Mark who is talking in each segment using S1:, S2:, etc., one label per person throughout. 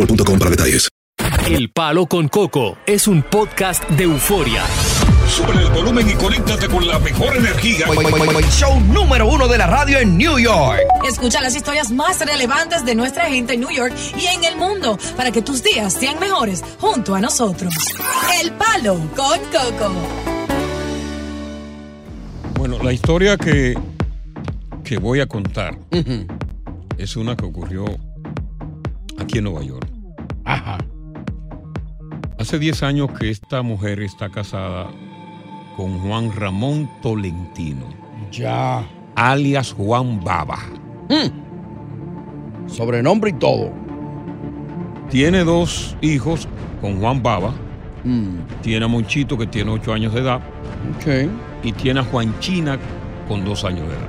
S1: para detalles.
S2: El Palo con Coco es un podcast de euforia.
S3: Sube el volumen y conéctate con la mejor energía.
S4: Show número uno de la radio en New York.
S5: Escucha las historias más relevantes de nuestra gente en New York y en el mundo para que tus días sean mejores junto a nosotros. El Palo con Coco.
S6: Bueno, la historia que, que voy a contar es una que ocurrió aquí en Nueva York. Ajá. Hace 10 años que esta mujer está casada con Juan Ramón Tolentino.
S7: Ya.
S6: Alias Juan Baba.
S7: Sobrenombre y todo.
S6: Tiene dos hijos con Juan Baba. Tiene a Monchito, que tiene 8 años de edad.
S7: Ok.
S6: Y tiene a Juanchina, con 2 años de edad.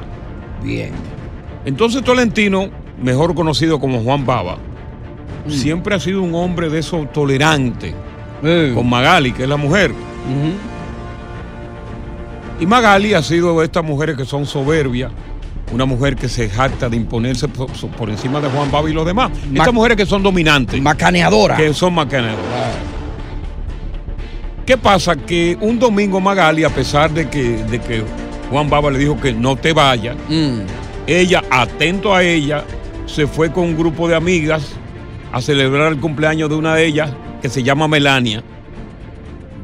S7: Bien.
S6: Entonces Tolentino, mejor conocido como Juan Baba, siempre ha sido un hombre de esos tolerante con Magali, que es la mujer. Y Magali ha sido de estas mujeres que son soberbias, una mujer que se jacta de imponerse por, por encima de Juan Baba y los demás. estas mujeres que son dominantes.
S7: Macaneadora.
S6: Que son macaneadoras. ¿Qué pasa? Que un domingo Magali, a pesar de que, de que Juan Baba le dijo que no te vayas,
S7: Mm.
S6: ella, atento a ella, se fue con un grupo de amigas a celebrar el cumpleaños de una de ellas que se llama Melania,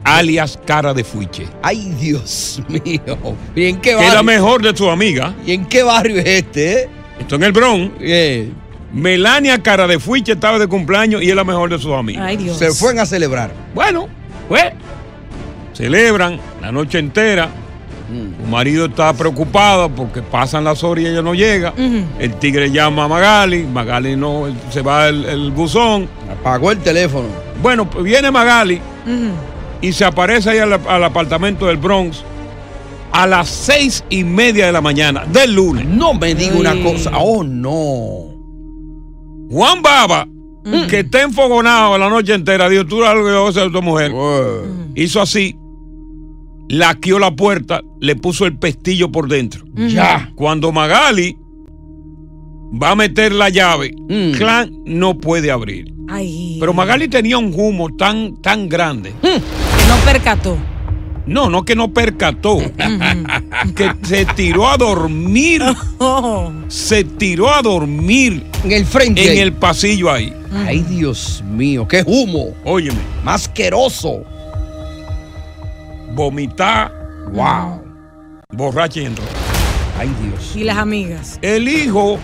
S6: alias Cara de Fuiche.
S7: Ay, Dios mío. ¿Y en qué
S6: Que es la
S7: barrio?
S6: mejor de sus amigas.
S7: ¿Y en qué barrio es este, eh?
S6: Esto en el Bronx.
S7: Eh,
S6: Melania Cara de Fuiche estaba de cumpleaños y es la mejor de sus amigas.
S5: Ay, Dios.
S7: Se fueron a celebrar.
S6: Bueno, pues celebran la noche entera.
S5: Mm.
S6: Su marido está preocupado porque pasan las horas y ella no llega.
S5: Ujú.
S6: El tigre llama a Magali, Magali no, se va el, el buzón.
S7: Apagó el teléfono.
S6: Bueno, pues viene Magali
S5: Ujú.
S6: y se aparece ahí al, al apartamento del Bronx a las seis y media de la mañana del lunes.
S7: No me diga
S5: Uy.
S7: una cosa. Oh, no. Mm.
S6: Juan Baba, que está enfogonado la noche entera, dijo, tú algo que yo voy a hacer a tu mujer.
S7: Eh,
S6: Hizo así, laqueó la puerta, le puso el pestillo por dentro. Ah,
S7: Ya.
S6: Cuando Magali va a meter la llave,
S7: Mm.
S6: Clan no puede abrir.
S5: Ay.
S6: Pero Magali tenía un humo tan, tan grande.
S5: No percató.
S6: No, no que no percató. que se tiró a dormir.
S5: Oh.
S6: Se tiró a dormir
S7: En el frente.
S6: en el pasillo ahí.
S7: Ay, Dios mío. Qué humo.
S6: Óyeme,
S7: Más asqueroso.
S6: vomitar,
S7: Wow.
S6: borracha y enrollada.
S7: Ay, Dios.
S5: Y las amigas.
S6: El hijo,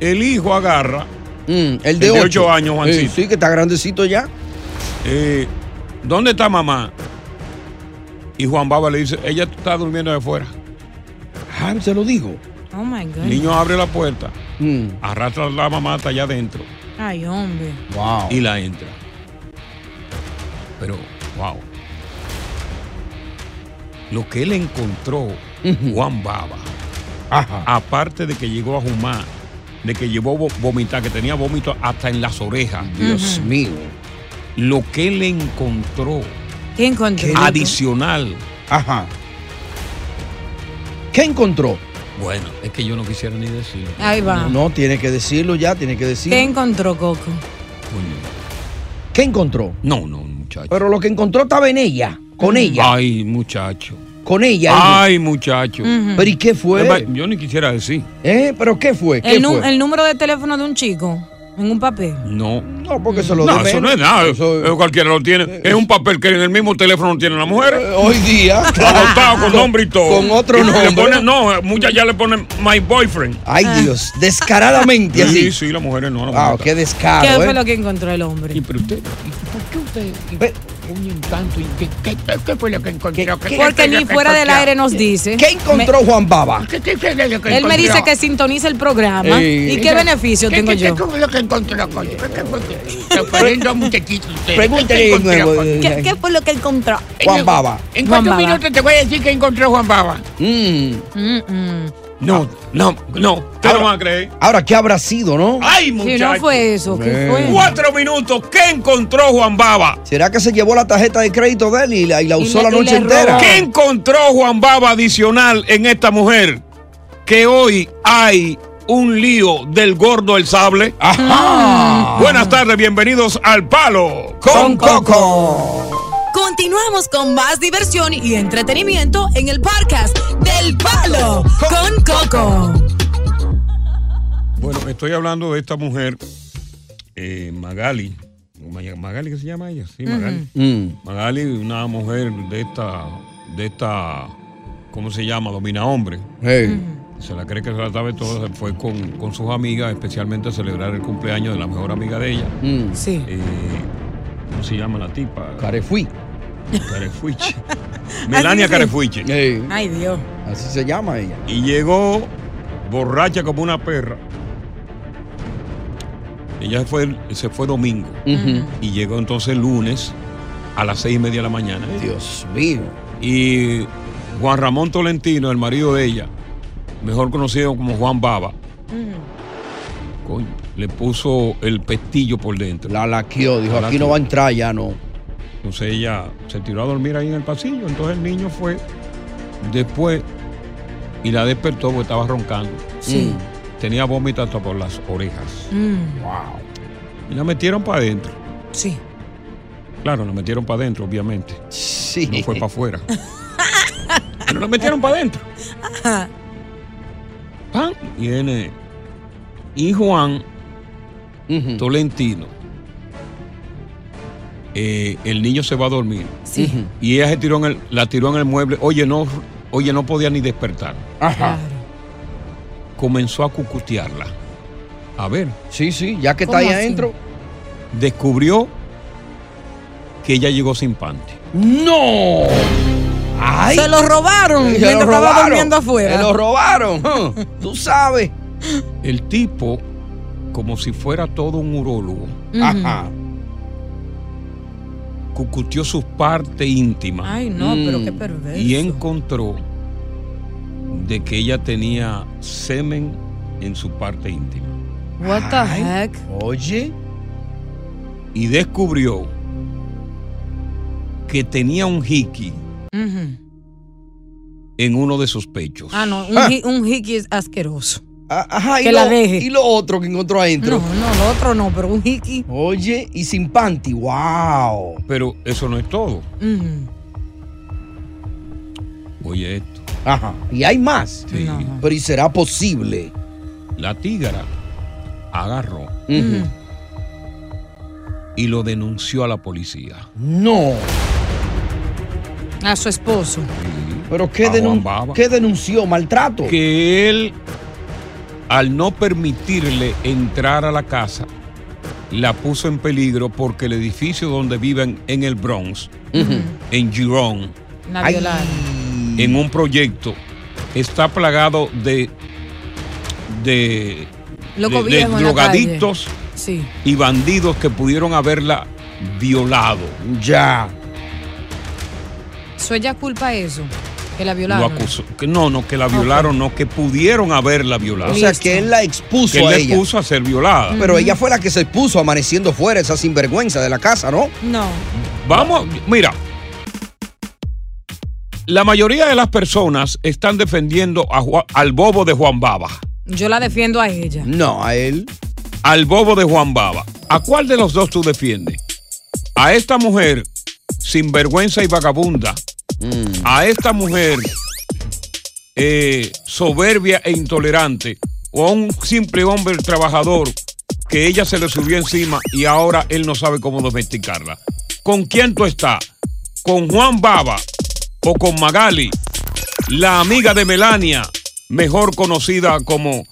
S6: el hijo agarra,
S7: Mm, el
S6: de
S7: de
S6: ocho años, Juancito.
S7: Eh, Sí, que está grandecito ya.
S6: eh, ¿dónde está mamá? Y Juan Baba le dice, ella está durmiendo de afuera.
S7: Ah, se lo digo.
S5: Oh my God.
S6: El niño abre la puerta,
S7: Mm,
S6: arrastra a la mamá hasta allá adentro
S5: Ay, hombre.
S7: Wow.
S6: y la entra. Pero, wow. Lo que él encontró, Juan Baba,
S7: Ajá.
S6: aparte de que llegó a Jumá, de que llevó vo- vomitar, que tenía vómito hasta en las orejas,
S7: Dios mío.
S6: lo que él encontró
S5: ¿Qué encontró?
S6: adicional.
S7: Ajá. ¿Qué encontró?
S6: Bueno, es que yo no quisiera ni decirlo.
S5: Ahí va.
S7: No, tiene que decirlo ya, tiene que
S5: ¿Qué
S7: decirlo.
S5: encontró Coco?
S7: ¿Qué encontró?
S6: No, no, muchacho.
S7: Pero lo que encontró estaba en ella,
S5: Mm.
S7: con ella,
S6: Ay, muchacho.
S7: con ella. ella.
S6: Ay, muchacho.
S5: Ujú.
S7: ¿Pero y qué fue?
S6: Yo ni quisiera decir.
S7: ¿Eh? ¿Pero qué fue? ¿Qué
S5: El, nu-
S7: fue?
S5: el número de teléfono de un chico en un papel.
S6: No.
S7: No, porque se lo
S6: No,
S7: de
S6: eso no
S7: menos.
S6: es nada.
S7: Eso-
S6: Eso cualquiera lo tiene. Es un papel que en el mismo teléfono tiene la mujer.
S7: Eh, Hoy día.
S6: Adoptado con nombre y todo.
S7: Con otro
S6: Y le
S7: nombre.
S6: ponen- no, muchas ya le ponen my boyfriend.
S5: Ah.
S7: Ay, Dios. Descaradamente
S6: Sí,
S7: así. Ah,
S6: sí, las mujeres no.
S7: Wow,
S6: las mujeres
S7: qué
S5: ¿Qué
S7: descaro,
S5: fue
S7: ¿eh?
S5: lo que encontró el hombre?
S6: Y pero usted,
S8: ¿Por qué ustedes
S7: Ve-
S8: unen tanto? ¿Y qué, qué- qué- qué fue lo que encontró?
S7: ¿Qué-
S8: ¿Qué-
S7: qué-
S5: Porque ni fuera del aire nos dice.
S7: ¿Qué encontró Juan Baba?
S8: qué- qué fue lo que
S5: Me- él me
S8: encontró?
S5: dice que sintoniza el programa.
S7: Eh,
S5: ¿Y qué beneficio
S8: ¿Qué-
S5: tengo
S8: qué-
S5: yo?
S8: ¿Qué fue lo que encontró? coño? ¿Qué- qué fue que- se fueron dos muchachitos ustedes.
S7: Pregúntale
S8: ¿Qué
S7: de
S8: encontró,
S7: nuevo.
S8: coño?
S7: eh,
S5: ¿Qué, qué fue lo que encontró?
S7: Juan Baba.
S8: En
S5: Juan
S8: cuántos
S5: Baba.
S8: minutos te voy a decir que encontró Juan Baba.
S7: Mm.
S5: Mm, mm.
S6: no, no, no. Usted no va a creer.
S7: Ahora, ¿qué habrá sido, no?
S6: Ay,
S5: Si
S6: muchacho.
S5: no fue eso, ¿qué
S7: Eh.
S5: fue?
S6: Cuatro minutos. ¿Qué encontró Juan Baba?
S7: ¿Será que se llevó la tarjeta de crédito de él y la, y la
S5: Y
S7: usó
S5: le-
S7: la
S5: y
S7: noche
S5: le
S7: entera?
S5: robó.
S6: ¿Qué encontró Juan Baba adicional en esta mujer? Que hoy hay un lío del gordo el sable. Ajá. Buenas tardes, bienvenidos al Palo con
S7: Coco.
S5: Continuamos con más diversión y entretenimiento en el podcast del Palo con Coco.
S6: Bueno, estoy hablando de esta mujer, eh, Magali. ¿O Maya- Magali que se llama ella, sí, Magali.
S7: Mm.
S6: Magali, una mujer de esta, de esta, ¿cómo se llama? Domina hombre.
S7: Hey.
S6: Se la cree que se la sabe todo. Se fue con, con sus amigas, especialmente a celebrar el cumpleaños de la mejor amiga de ella.
S7: Mm.
S5: Sí.
S6: Eh, ¿Cómo se llama la tipa?
S7: Carefui.
S6: Carefuiche. Melania
S5: Así dice.
S6: Carefuiche.
S7: Hey.
S5: Ay, Dios.
S7: Así se llama ella.
S6: Y llegó borracha como una perra. Ella se fue, se fue domingo. Y llegó entonces lunes a las seis y media de la mañana.
S7: Dios mío.
S6: Y Juan Ramón Tolentino, el marido de ella, mejor conocido como Juan Baba, coño, le puso el pestillo por dentro.
S7: La laqueó, dijo,
S6: La
S7: aquí no
S6: laqueó.
S7: va a entrar ya, no.
S6: Entonces ella se tiró a dormir ahí en el pasillo. Entonces el niño fue después y la despertó porque estaba roncando.
S5: Sí.
S6: Tenía vómito hasta por las orejas.
S5: Mm,
S6: Wow. Y la metieron para adentro.
S5: sí.
S6: Claro, la metieron para adentro, obviamente.
S7: Sí.
S6: No fue para afuera. Pero la metieron para adentro.
S5: Ajá.
S6: Pan. Y viene. Y Juan
S7: Ujú.
S6: Tolentino. eh, el niño se va a dormir.
S5: Sí.
S7: Ujú.
S6: Y ella se tiró en el- la tiró en el mueble. Oye, no, oye, no podía ni despertar.
S7: Ajá.
S6: comenzó a cucutearla. A ver,
S7: Sí, sí, ya que está ahí
S5: ¿Cómo así?
S7: adentro.
S6: descubrió que ella llegó sin panty.
S7: ¡No! ¡Ay!
S5: Se lo robaron
S7: Se lo
S5: mientras estaba
S7: robaron.
S5: durmiendo
S7: Se
S5: afuera.
S7: lo robaron. huh. Tú sabes.
S6: El tipo, como si fuera todo un urólogo,
S5: Ujú.
S7: Ajá.
S6: cucuteó sus partes íntimas
S5: Ay, no, pero qué
S7: Mm.
S5: perverso.
S6: y encontró de que ella tenía semen en su parte íntima.
S5: What the
S7: Ay.
S5: heck?
S7: Oye.
S6: Y descubrió que tenía un hiki
S5: Ujú.
S6: en uno de sus pechos.
S5: Ah, no, un,
S7: Ah.
S5: hi- un hickey es asqueroso.
S7: A- Ah, Ajá, y
S5: Que
S7: lo,
S5: la deje.
S7: Y lo otro que encontró
S5: No,
S7: adentro.
S5: no, lo otro no, pero un hickey.
S7: Oye, y sin panty. ¡Wow!
S6: Pero eso no es todo.
S5: ujú.
S6: Oye esto.
S7: Ajá. Y hay más.
S6: Sí.
S5: No.
S7: Pero ¿y será posible?
S6: La tigra agarró
S7: Ujú.
S5: Ujú.
S6: y lo denunció a la policía.
S7: No.
S5: A su esposo.
S7: Pero ¿qué,
S6: A Juan
S7: denun-
S6: Baba.
S7: ¿qué denunció? ¿Maltrato?
S6: Que él, al no permitirle entrar a la casa, la puso en peligro porque el edificio donde viven en el Bronx, en Girón,
S5: La
S7: Ay.
S5: violaron.
S6: en un proyecto, está plagado de, de,
S5: Loco
S6: de- de
S5: viejo en la
S6: drogadictos
S5: Sí.
S6: y bandidos que pudieron haberla violado.
S7: Ya.
S5: ¿Su ella culpa eso? Que la
S6: Lo
S5: violaron.
S6: acusó. que- No, no, que la violaron, no, que pudieron haberla violado.
S7: O sea,
S5: Listo.
S7: que él la expuso
S6: que él
S7: a
S6: le
S7: ella. Mm.
S6: puso a ser violada.
S7: Pero ella fue la que se expuso amaneciendo fuera, esa sinvergüenza de la casa, ¿no?
S5: No.
S6: Vamos, mira. La mayoría de las personas están defendiendo a Ju- al bobo de Juan Baba.
S5: Yo la defiendo a ella.
S7: No, a él.
S6: al bobo de Juan Baba. ¿A cuál de los dos tú defiendes? ¿A esta mujer sinvergüenza y vagabunda? ¿A esta mujer eh, soberbia e intolerante? ¿O a un simple hombre trabajador que ella se le subió encima y ahora él no sabe cómo domesticarla? ¿Con quién tú estás? ¿Con Juan Baba o con Magali, la amiga de Melania, mejor conocida como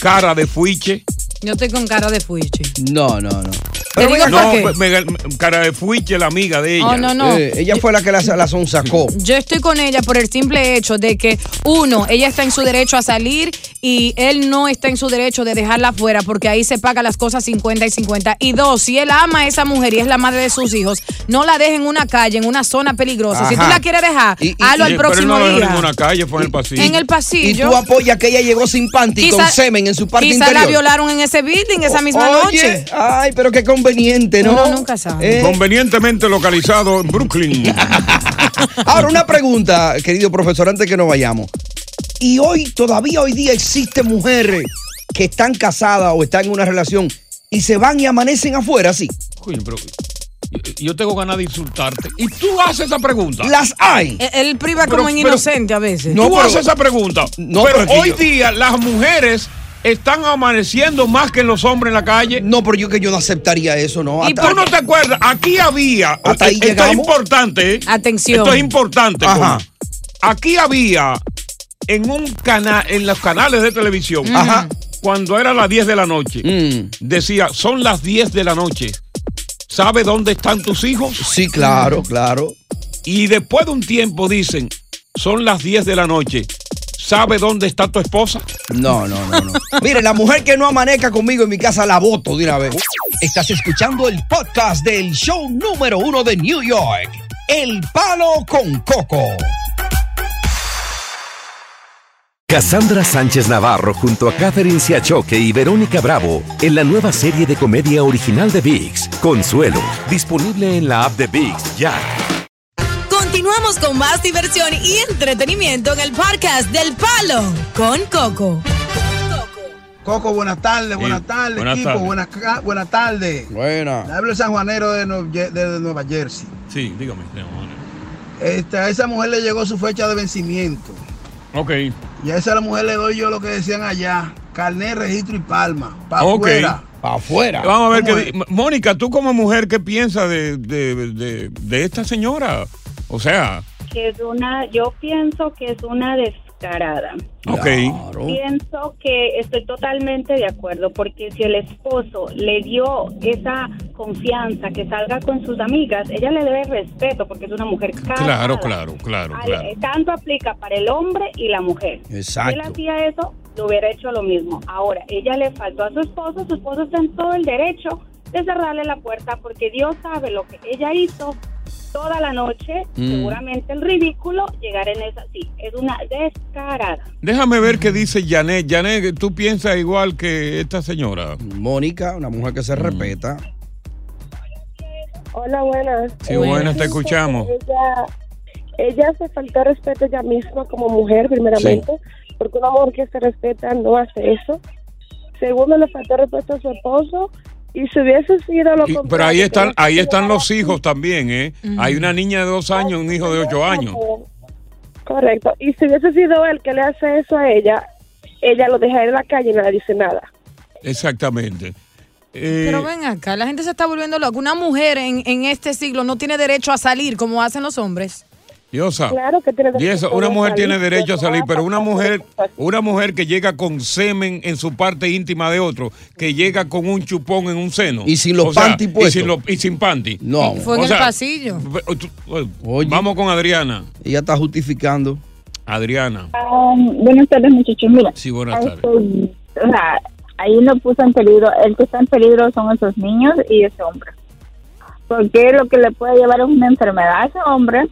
S6: Cara de Fuiche?
S5: Yo estoy con cara de fuiche.
S7: No, no, no.
S5: Te digo por
S6: no, pues,
S5: qué.
S6: me- me- cara de fuiche la amiga de ella.
S5: Oh, no, no. Eh,
S7: ella fue la que la, la sonsacó.
S5: Yo estoy con ella por el simple hecho de que, uno, ella está en su derecho a salir y él no está en su derecho de dejarla afuera porque ahí se pagan las cosas 50 y 50. Y dos, si él ama a esa mujer y es la madre de sus hijos, no la deje en una calle, en una zona peligrosa. Si tú
S7: Ajá.
S5: la quieres dejar,
S7: Y- y-
S5: hazlo al
S7: Pero
S5: próximo
S6: no
S5: día.
S6: en una calle, fue en el pasillo.
S5: En el
S7: Y
S5: pasillo.
S7: tú apoyas que ella llegó sin panty
S5: Quizá-
S7: con semen en su parte
S5: quizá
S7: interior.
S5: la violaron en ese building esa misma
S7: Oye,
S5: noche.
S7: Ay, pero qué conveniente, ¿no? Eh,
S5: Uno nunca sabe.
S6: Convenientemente localizado en Brooklyn.
S7: Ahora, una pregunta, querido profesor, antes que nos vayamos. Y hoy, todavía hoy día, existen mujeres que están casadas o están en una relación y se van y amanecen afuera, sí.
S6: Coño, pero yo- yo tengo ganas de insultarte. Y tú haces esa pregunta.
S7: Las hay.
S5: Él- Él priva
S6: Pero-
S5: como en
S6: pero-
S5: inocente a veces.
S6: tú haces esa pregunta.
S7: No,
S6: pero,
S7: pero que
S6: hoy
S7: yo-
S6: día las mujeres están amaneciendo más que los hombres en la calle.
S7: No, pero yo que yo no aceptaría eso, ¿no?
S5: ¿Y
S7: Hasta-
S6: Tú no te acuerdas, aquí había.
S7: Hasta ahí
S6: esto es
S7: llegamos.
S6: importante. ¿eh?
S5: Atención.
S6: Esto es importante.
S7: Ajá.
S6: coño. Aquí había en un canal, en los canales de televisión,
S7: Ajá.
S6: cuando era las 10 de la noche,
S7: Mm,
S6: decía, son las 10 de la noche. ¿Sabe dónde están tus hijos?
S7: sí, claro, claro.
S6: Y después de un tiempo dicen, son las 10 de la noche. ¿Sabe dónde está tu esposa?
S7: No, no, no, no. Mire, la mujer que no amanezca conmigo en mi casa la voto de una vez. Estás escuchando el podcast del show número uno de New York, El Palo con Coco.
S9: Cassandra Sánchez Navarro junto a Catherine Siachoque y Verónica Bravo en la nueva serie de comedia original de VIX, Consuelo, disponible en la app de VIX ya.
S5: Continuamos con más diversión y entretenimiento en el podcast del Palo con Coco.
S10: Coco, buenas tardes, buenas tardes,
S6: buenas
S10: equipo,
S6: tardes.
S10: buenas, ca- buenas tardes. Le
S7: Buena.
S10: hablo el sanjuanero de, Nue- de- de Nueva Jersey.
S6: Sí, dígame.
S10: Este, a esa mujer le llegó su fecha de vencimiento.
S6: Ok.
S10: Y a esa mujer le doy yo lo que decían allá. Carnet, registro y palma. Pa'
S6: Ok. Eh,
S10: afuera.
S7: Pa' afuera.
S6: Vamos a ver
S10: ¿Cómo
S6: qué. di- Mónica, tú como mujer, ¿qué piensas de, de- de- de esta señora? O sea,
S11: que es una, yo pienso que es una descarada.
S6: ok. Oh.
S11: Pienso que estoy totalmente de acuerdo, porque si el esposo le dio esa confianza que salga con sus amigas, ella le debe respeto, porque es una mujer casada.
S6: Claro, claro, claro,
S11: Al-
S6: claro. Eh,
S11: eh, Tanto aplica para el hombre y la mujer. Si él
S6: Exacto.
S11: hacía eso, lo hubiera hecho lo mismo. Ahora, ella le faltó a su esposo, su esposo está en todo el derecho de cerrarle la puerta porque Dios sabe lo que ella hizo toda la noche,
S6: Mm.
S11: seguramente el ridículo, llegar en esa, sí, es una descarada.
S6: Déjame ver qué dice Janet. Janet, ¿tú piensas igual que esta señora?
S7: Mónica, una mujer que se respeta.
S12: Hola, buenas.
S6: Sí, buenas, te escuchamos.
S12: Ella, ella se faltó al respeto ella misma como mujer, primeramente, porque un amor que se respeta no hace eso. Segundo, le faltó respeto a su esposo y si hubiese sido lo
S6: Y-
S12: contrario,
S6: pero ahí están,
S12: que
S6: ahí están los hijos también, ¿eh? Hay una niña de dos años, un hijo de ocho años.
S12: Correcto. Y si hubiese sido él que le hace eso a ella, ella lo dejaría en la calle y nadie dice nada.
S6: Exactamente. Eh,
S5: Pero ven acá, la gente se está volviendo loca. Una mujer en, en este siglo no tiene derecho a salir como hacen los hombres.
S6: Diosa.
S12: Claro que tiene
S6: Y eso,
S12: derecho
S6: una
S12: a
S6: mujer tiene
S12: salir,
S6: derecho a
S12: pero
S6: salir, pero una mujer,
S12: pasar.
S6: una mujer que llega con semen en su parte íntima de otro, que llega con un chupón en un seno.
S7: Y sin los
S6: O sea,
S7: panty
S6: Y
S7: puestos.
S6: sin, los- y sin panty.
S7: No.
S5: Fue en
S6: O
S5: el
S6: sea,
S5: pasillo.
S6: ve- tú- oye, Vamos con Adriana.
S7: Ella está justificando.
S6: Adriana.
S13: Um, buenas tardes, muchachos. Mira,
S6: Sí, buenas
S13: este,
S6: tardes.
S13: o sea, ahí lo puso en peligro. El que está en peligro son esos niños y ese hombre. Porque lo que le puede llevar es una enfermedad a ese hombre.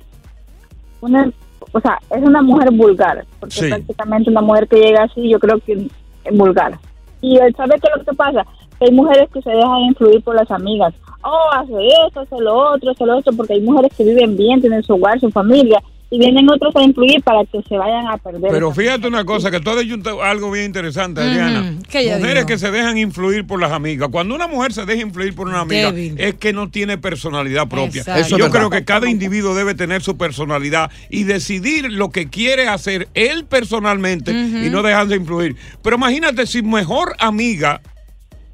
S13: Una, o sea, es una mujer vulgar. Porque
S14: Sí.
S13: prácticamente una mujer que llega así, yo creo que es vulgar. Y él sabe que lo que pasa, que hay mujeres que se dejan influir por las amigas. Oh, hace eso, hace lo otro, hace lo otro, porque hay mujeres que viven bien, tienen su hogar, su familia, y vienen otros a influir para que se vayan a perder.
S6: Pero fíjate una cosa, que tú has dicho un- algo bien interesante, Adriana.
S13: ¿qué ella
S6: Mujeres
S13: dijo?
S6: que se dejan influir por las amigas. Cuando una mujer se deja influir por una amiga,
S14: Débil.
S6: es que no tiene personalidad propia.
S14: Exacto. Eso es
S6: Yo
S14: verdad.
S6: creo que cada individuo debe tener su personalidad y decidir lo que quiere hacer él personalmente
S14: Ujú.
S6: y no dejarse influir. Pero imagínate si mejor amiga,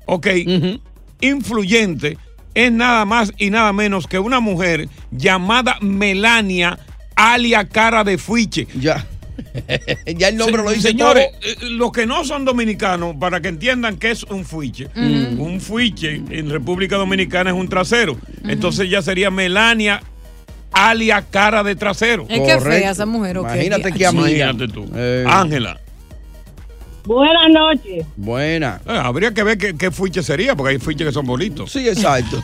S6: ok, influyente, es nada más y nada menos que una mujer llamada Melania, alia cara de fuiche.
S7: Ya. ya el
S6: nombre
S7: lo dice
S6: Señores, eh, los que no son dominicanos, para que entiendan que es un fuiche.
S7: Mm.
S14: Ujú.
S6: Un fuiche en República Dominicana es un trasero.
S7: Mm.
S6: Entonces ya sería Melania alia cara de trasero.
S5: Es que fea esa mujer. ¿o qué?
S7: Imagínate Eh, que amiga. Eh,
S6: Imagínate tú. Ah. Ángela.
S7: Buenas noches. Buena.
S6: Eh, habría que ver qué, qué fuiche sería, porque hay fuiches que son bonitos.
S7: Sí, exacto.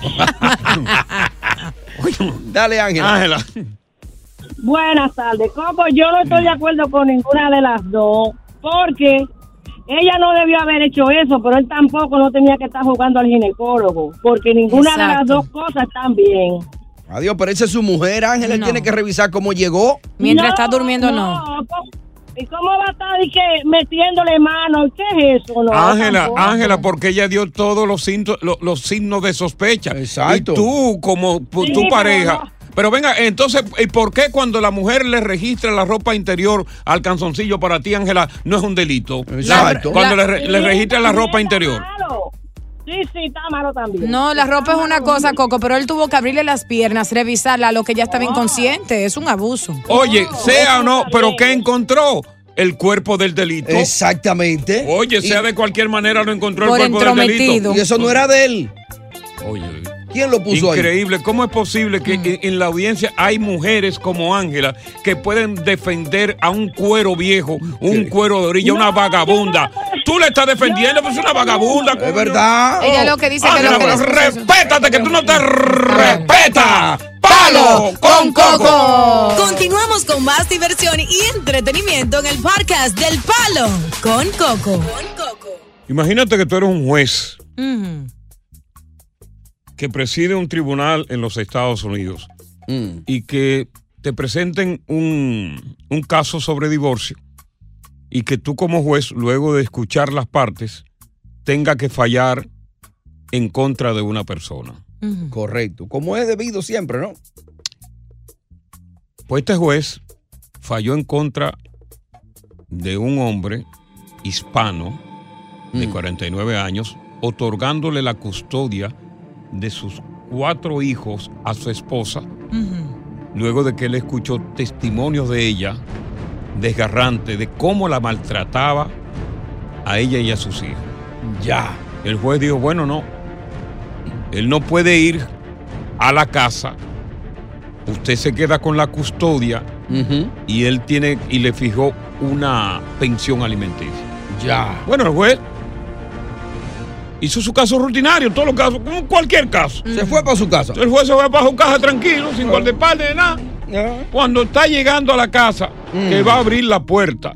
S7: Dale, Ángela.
S6: Ángela.
S15: Buenas tardes. Coco, yo no estoy de acuerdo con ninguna de las dos, porque ella no debió haber hecho eso, pero él tampoco no tenía que estar jugando al ginecólogo, porque ninguna de las
S7: Exacto.
S15: dos cosas están bien.
S7: Adiós, pero esa es su mujer, Ángela. él tiene que revisar cómo llegó.
S15: No, ¿cómo- ¿Y cómo va a estar y que metiéndole mano? ¿Qué es eso? No,
S6: Ángela,
S15: tampoco.
S6: Ángela, porque ella dio todos los, sinto- lo- los signos de sospecha. Exacto. Y tú, como pu-
S15: Sí,
S6: tu
S15: pero
S6: pareja.
S15: no.
S6: Pero venga, entonces, ¿y por qué cuando la mujer le registra la ropa interior al canzoncillo para ti, Ángela, no es un delito?
S7: Exacto.
S6: Cuando
S7: La-
S6: le, re-
S7: la-
S6: le registra la ropa interior.
S13: ah,
S15: Sí, sí, está malo también.
S5: No, la ropa es una cosa, Coco, pero él tuvo que abrirle las piernas, revisarla, lo que ya estaba inconsciente. Es un abuso.
S6: Oye, sea o no, pero ¿qué encontró? El cuerpo del delito.
S7: Exactamente.
S6: Oye, sea de cualquier manera, no encontró
S7: Por
S6: el cuerpo del delito.
S7: entrometido. Y eso no era de él.
S6: Oye.
S7: ¿Quién lo puso ahí? Mm.
S6: Increíble, ¿cómo es posible que en, en la audiencia hay mujeres como Ángela que pueden defender a un cuero viejo, un cuero de orilla, una vagabunda? Tú le estás defendiendo, pues es una vagabunda. Es
S7: verdad.
S5: Ella lo que dice que lo que le escucha es-
S6: respétate, que tú no te respetas. ¡Palo con coco!
S16: Continuamos con más diversión y entretenimiento en el podcast del Palo con Coco.
S6: Imagínate que tú eres un juez que preside un tribunal en los Estados Unidos y que te presenten un, un caso sobre divorcio y que tú como juez, luego de escuchar las partes, tenga que fallar en contra de una persona.
S7: Correcto. Como es debido siempre, ¿no?
S6: Pues este juez falló en contra de un hombre hispano de 49 años, otorgándole la custodia de sus cuatro hijos a su esposa luego de que él escuchó testimonios de ella, desgarrante, de cómo la maltrataba a ella y a sus hijos. Ya. El juez dijo, bueno, no, él no puede ir a la casa, usted se queda con la custodia y él tiene, y le fijó una pensión alimenticia.
S7: Ya.
S6: Bueno, el juez hizo su caso rutinario, todos los casos, como cualquier caso.
S7: Se fue para su casa.
S6: El juez se fue para su casa tranquilo, sin guardaespaldas ni nada. Cuando está llegando a la casa, que va a abrir la puerta,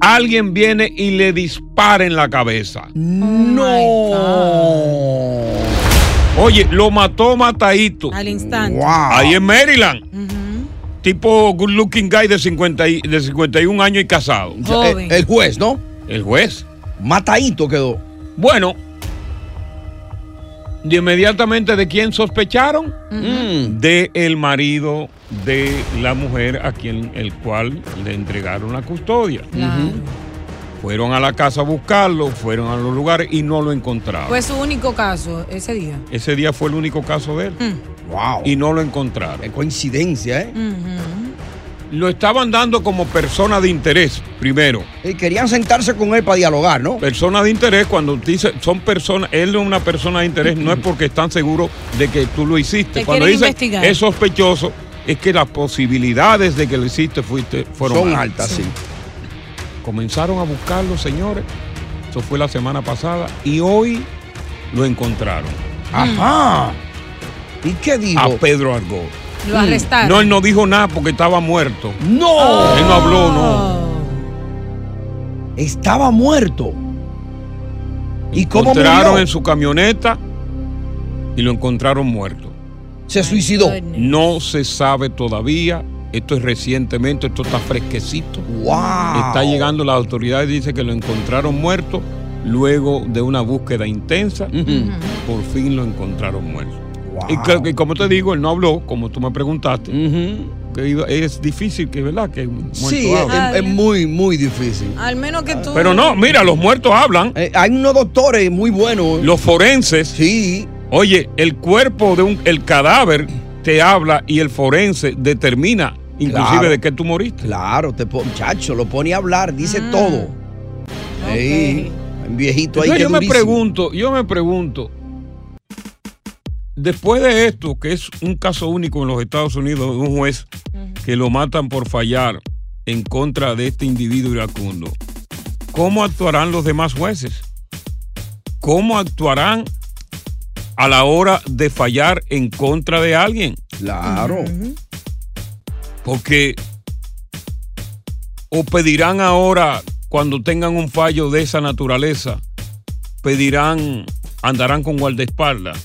S6: alguien viene y le dispara en la cabeza.
S5: Mm. Oh
S7: No.
S6: Oye, lo mató matadito.
S16: Al instante.
S6: Ahí en Maryland. Tipo good looking guy de, 50 y- de 51 años y casado.
S16: Joven.
S7: Eh, El juez, ¿no?
S6: El juez.
S7: Matadito quedó.
S6: Bueno, de inmediatamente de quién sospecharon? De el marido de la mujer a quien el cual le entregaron la custodia. Fueron a la casa a buscarlo, fueron a los lugares y no lo encontraron.
S5: Fue su único caso ese día.
S6: Ese día fue el único caso de él. Wow. Y no lo encontraron.
S7: Qué coincidencia, ¿eh?
S6: Lo estaban dando como persona de interés, primero.
S7: Y querían sentarse con él para dialogar, ¿no?
S6: Persona de interés, cuando dice son personas, él es una persona de interés, no es porque están seguros de que tú lo hiciste.
S7: Te
S6: cuando
S7: quieren
S6: dice
S7: investigar.
S6: es sospechoso, es que las posibilidades de que lo hiciste fuiste, fueron
S7: Son altas, sí.
S6: Comenzaron a buscarlo, señores. Eso fue la semana pasada y hoy lo encontraron.
S7: Ajá. ¿Y qué dijo?
S6: A Pedro Argó.
S5: Lo arrestaron.
S6: No, él no dijo nada porque estaba muerto.
S7: ¡No!
S6: Él no habló, no.
S7: Estaba muerto. ¿Y cómo
S6: encontraron
S7: murió?
S6: en su camioneta y lo encontraron muerto.
S7: ¿Se suicidó?
S6: No se sabe todavía Esto es recientemente, esto está fresquecito.
S7: ¡Wow!
S6: Está llegando las autoridades, dice que lo encontraron muerto. Luego de una búsqueda intensa, por fin lo encontraron muerto. Y,
S7: Wow.
S6: que- que como te digo, él no habló, como tú me preguntaste. que iba- es difícil, que ¿verdad? Que un muerto
S7: Sí, eh, ah. es,
S6: hable.
S7: es muy, muy difícil. Eh,
S5: Al menos que tú.
S6: Pero no, mira, los muertos hablan.
S7: hay unos doctores muy buenos.
S6: Los forenses.
S7: Sí.
S6: Oye, el cuerpo de un, el cadáver te habla y el forense determina inclusive
S7: Claro.
S6: de qué tú moriste.
S7: Claro, te po- muchacho, lo pone a hablar, dice todo. Ey, hay un viejito ahí
S6: Entonces,
S7: que
S6: yo me
S7: durísimo.
S6: pregunto, yo me pregunto, después de esto, que es un caso único en los Estados Unidos de un juez que lo matan por fallar en contra de este individuo iracundo, ¿cómo actuarán los demás jueces? ¿Cómo actuarán a la hora de fallar en contra de alguien?
S7: Claro.
S6: Porque o pedirán ahora, cuando tengan un fallo de esa naturaleza, pedirán, andarán con guardaespaldas.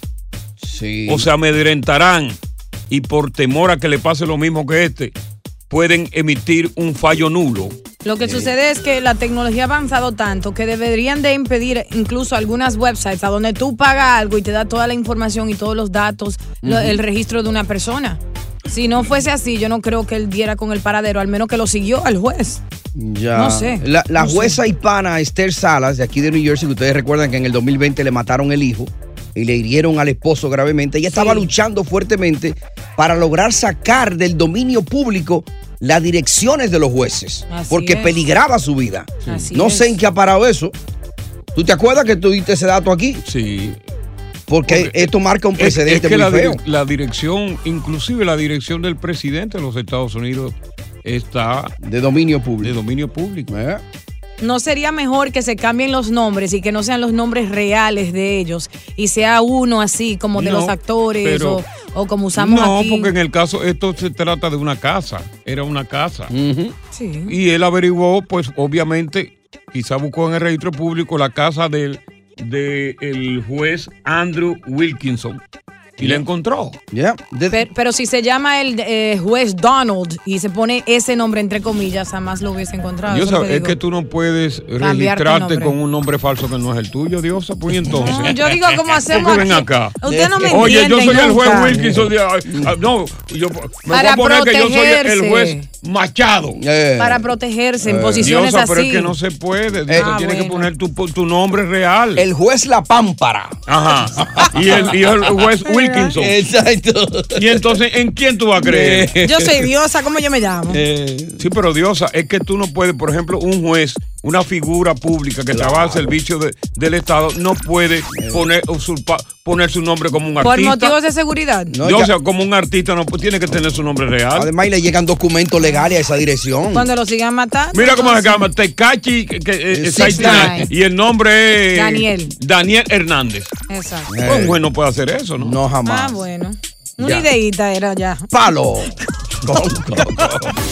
S6: O se amedrentarán y por temor a que le pase lo mismo que este, pueden emitir un fallo nulo.
S5: Lo que sucede es que la tecnología ha avanzado tanto que deberían de impedir incluso algunas websites a donde tú pagas algo y te da toda la información y todos los datos, lo-
S16: Ujú.
S5: el registro de una persona. Si no fuese así, yo no creo que él diera con el paradero, al menos que lo siguió al juez.
S7: Ya.
S5: No sé,
S7: La, la
S5: no sé.
S7: jueza hispana Esther Salas, de aquí de New Jersey, que ustedes recuerdan que en el 2020 le mataron el hijo y le hirieron al esposo gravemente. Ella estaba luchando fuertemente para lograr sacar del dominio público las direcciones de los jueces,
S14: Así
S7: porque
S14: es.
S7: peligraba su vida.
S14: Sí. Así
S7: no
S14: es.
S7: sé en qué ha parado eso. ¿Tú te acuerdas que tú diste ese dato aquí?
S6: Sí.
S7: Porque, esto marca un
S6: eh, Es-
S7: precedente
S6: es que
S7: muy
S6: la,
S7: feo.
S6: direc- la dirección, inclusive la dirección del presidente de los Estados Unidos está
S7: de dominio público. Eh,
S6: De dominio público.
S5: ¿No sería mejor que se cambien los nombres y que no sean los nombres reales de ellos y sea uno así como de
S6: No,
S5: los actores
S6: pero-
S5: o, o como usamos
S6: no,
S5: aquí?
S6: porque en el caso, esto se trata de una casa, era una casa.
S5: Sí.
S6: Y él averiguó, pues obviamente, quizá buscó en el registro público la casa del de el juez Andrew Wilkinson. Y la encontró.
S7: Ya.
S5: Pero, pero si se llama el eh, juez Donald y se pone ese nombre entre comillas, jamás lo hubiese encontrado.
S6: Yo
S5: Ah, Eso es lo
S6: sab-
S5: que
S6: es
S5: digo.
S6: que tú no puedes
S5: Cambiarte
S6: registrarte
S5: nombre.
S6: con un nombre falso que no es el tuyo, Diosa. Pues y entonces.
S5: No, yo digo, ¿cómo hacemos
S6: Porque ven
S5: aquí?
S6: acá.
S5: Usted no me
S6: Oye, yo
S5: entiende
S6: soy el juez
S5: nunca.
S6: Wilkinson. de- ay, ah, no, yo me
S5: Para
S6: voy a poner que yo soy el- el
S5: protegerse.
S6: juez Machado.
S7: eh,
S5: Para protegerse en
S6: Eh,
S5: posiciones
S6: Diosa, pero
S5: así.
S6: es que no se puede.
S5: Eh,
S6: Diosa,
S5: Ah,
S6: tiene que
S5: bueno.
S6: poner tu, tu nombre real.
S7: El juez La Pámpara.
S6: Ajá. Y el, y el juez Wilkinson.
S7: Exacto.
S6: Y entonces, ¿en quién tú vas a creer?
S5: Yo soy diosa, ¿cómo yo me llamo?
S6: Eh, sí, pero Diosa, es que tú no puedes, por ejemplo, un juez, una figura pública que trabaja al servicio de- del Estado, no puede poner, usurpa- poner su nombre como un
S5: Por
S6: artista.
S5: motivos de seguridad.
S6: Diosa, como un artista, no pues, tiene que tener su nombre real.
S7: Además, y le llegan documentos legales a esa dirección.
S5: Cuando lo sigan matando.
S6: Mira cómo se llama, Tecachi que- que- eh,
S7: Six
S6: 69, y el nombre es
S5: Daniel. Eh.
S6: Daniel Hernández.
S5: Exacto.
S6: Pues Un juez no puede hacer eso, ¿no?
S7: Eh, No,
S5: Ah, bueno. Una
S6: Ya.
S5: ideita era ya.
S7: Palo.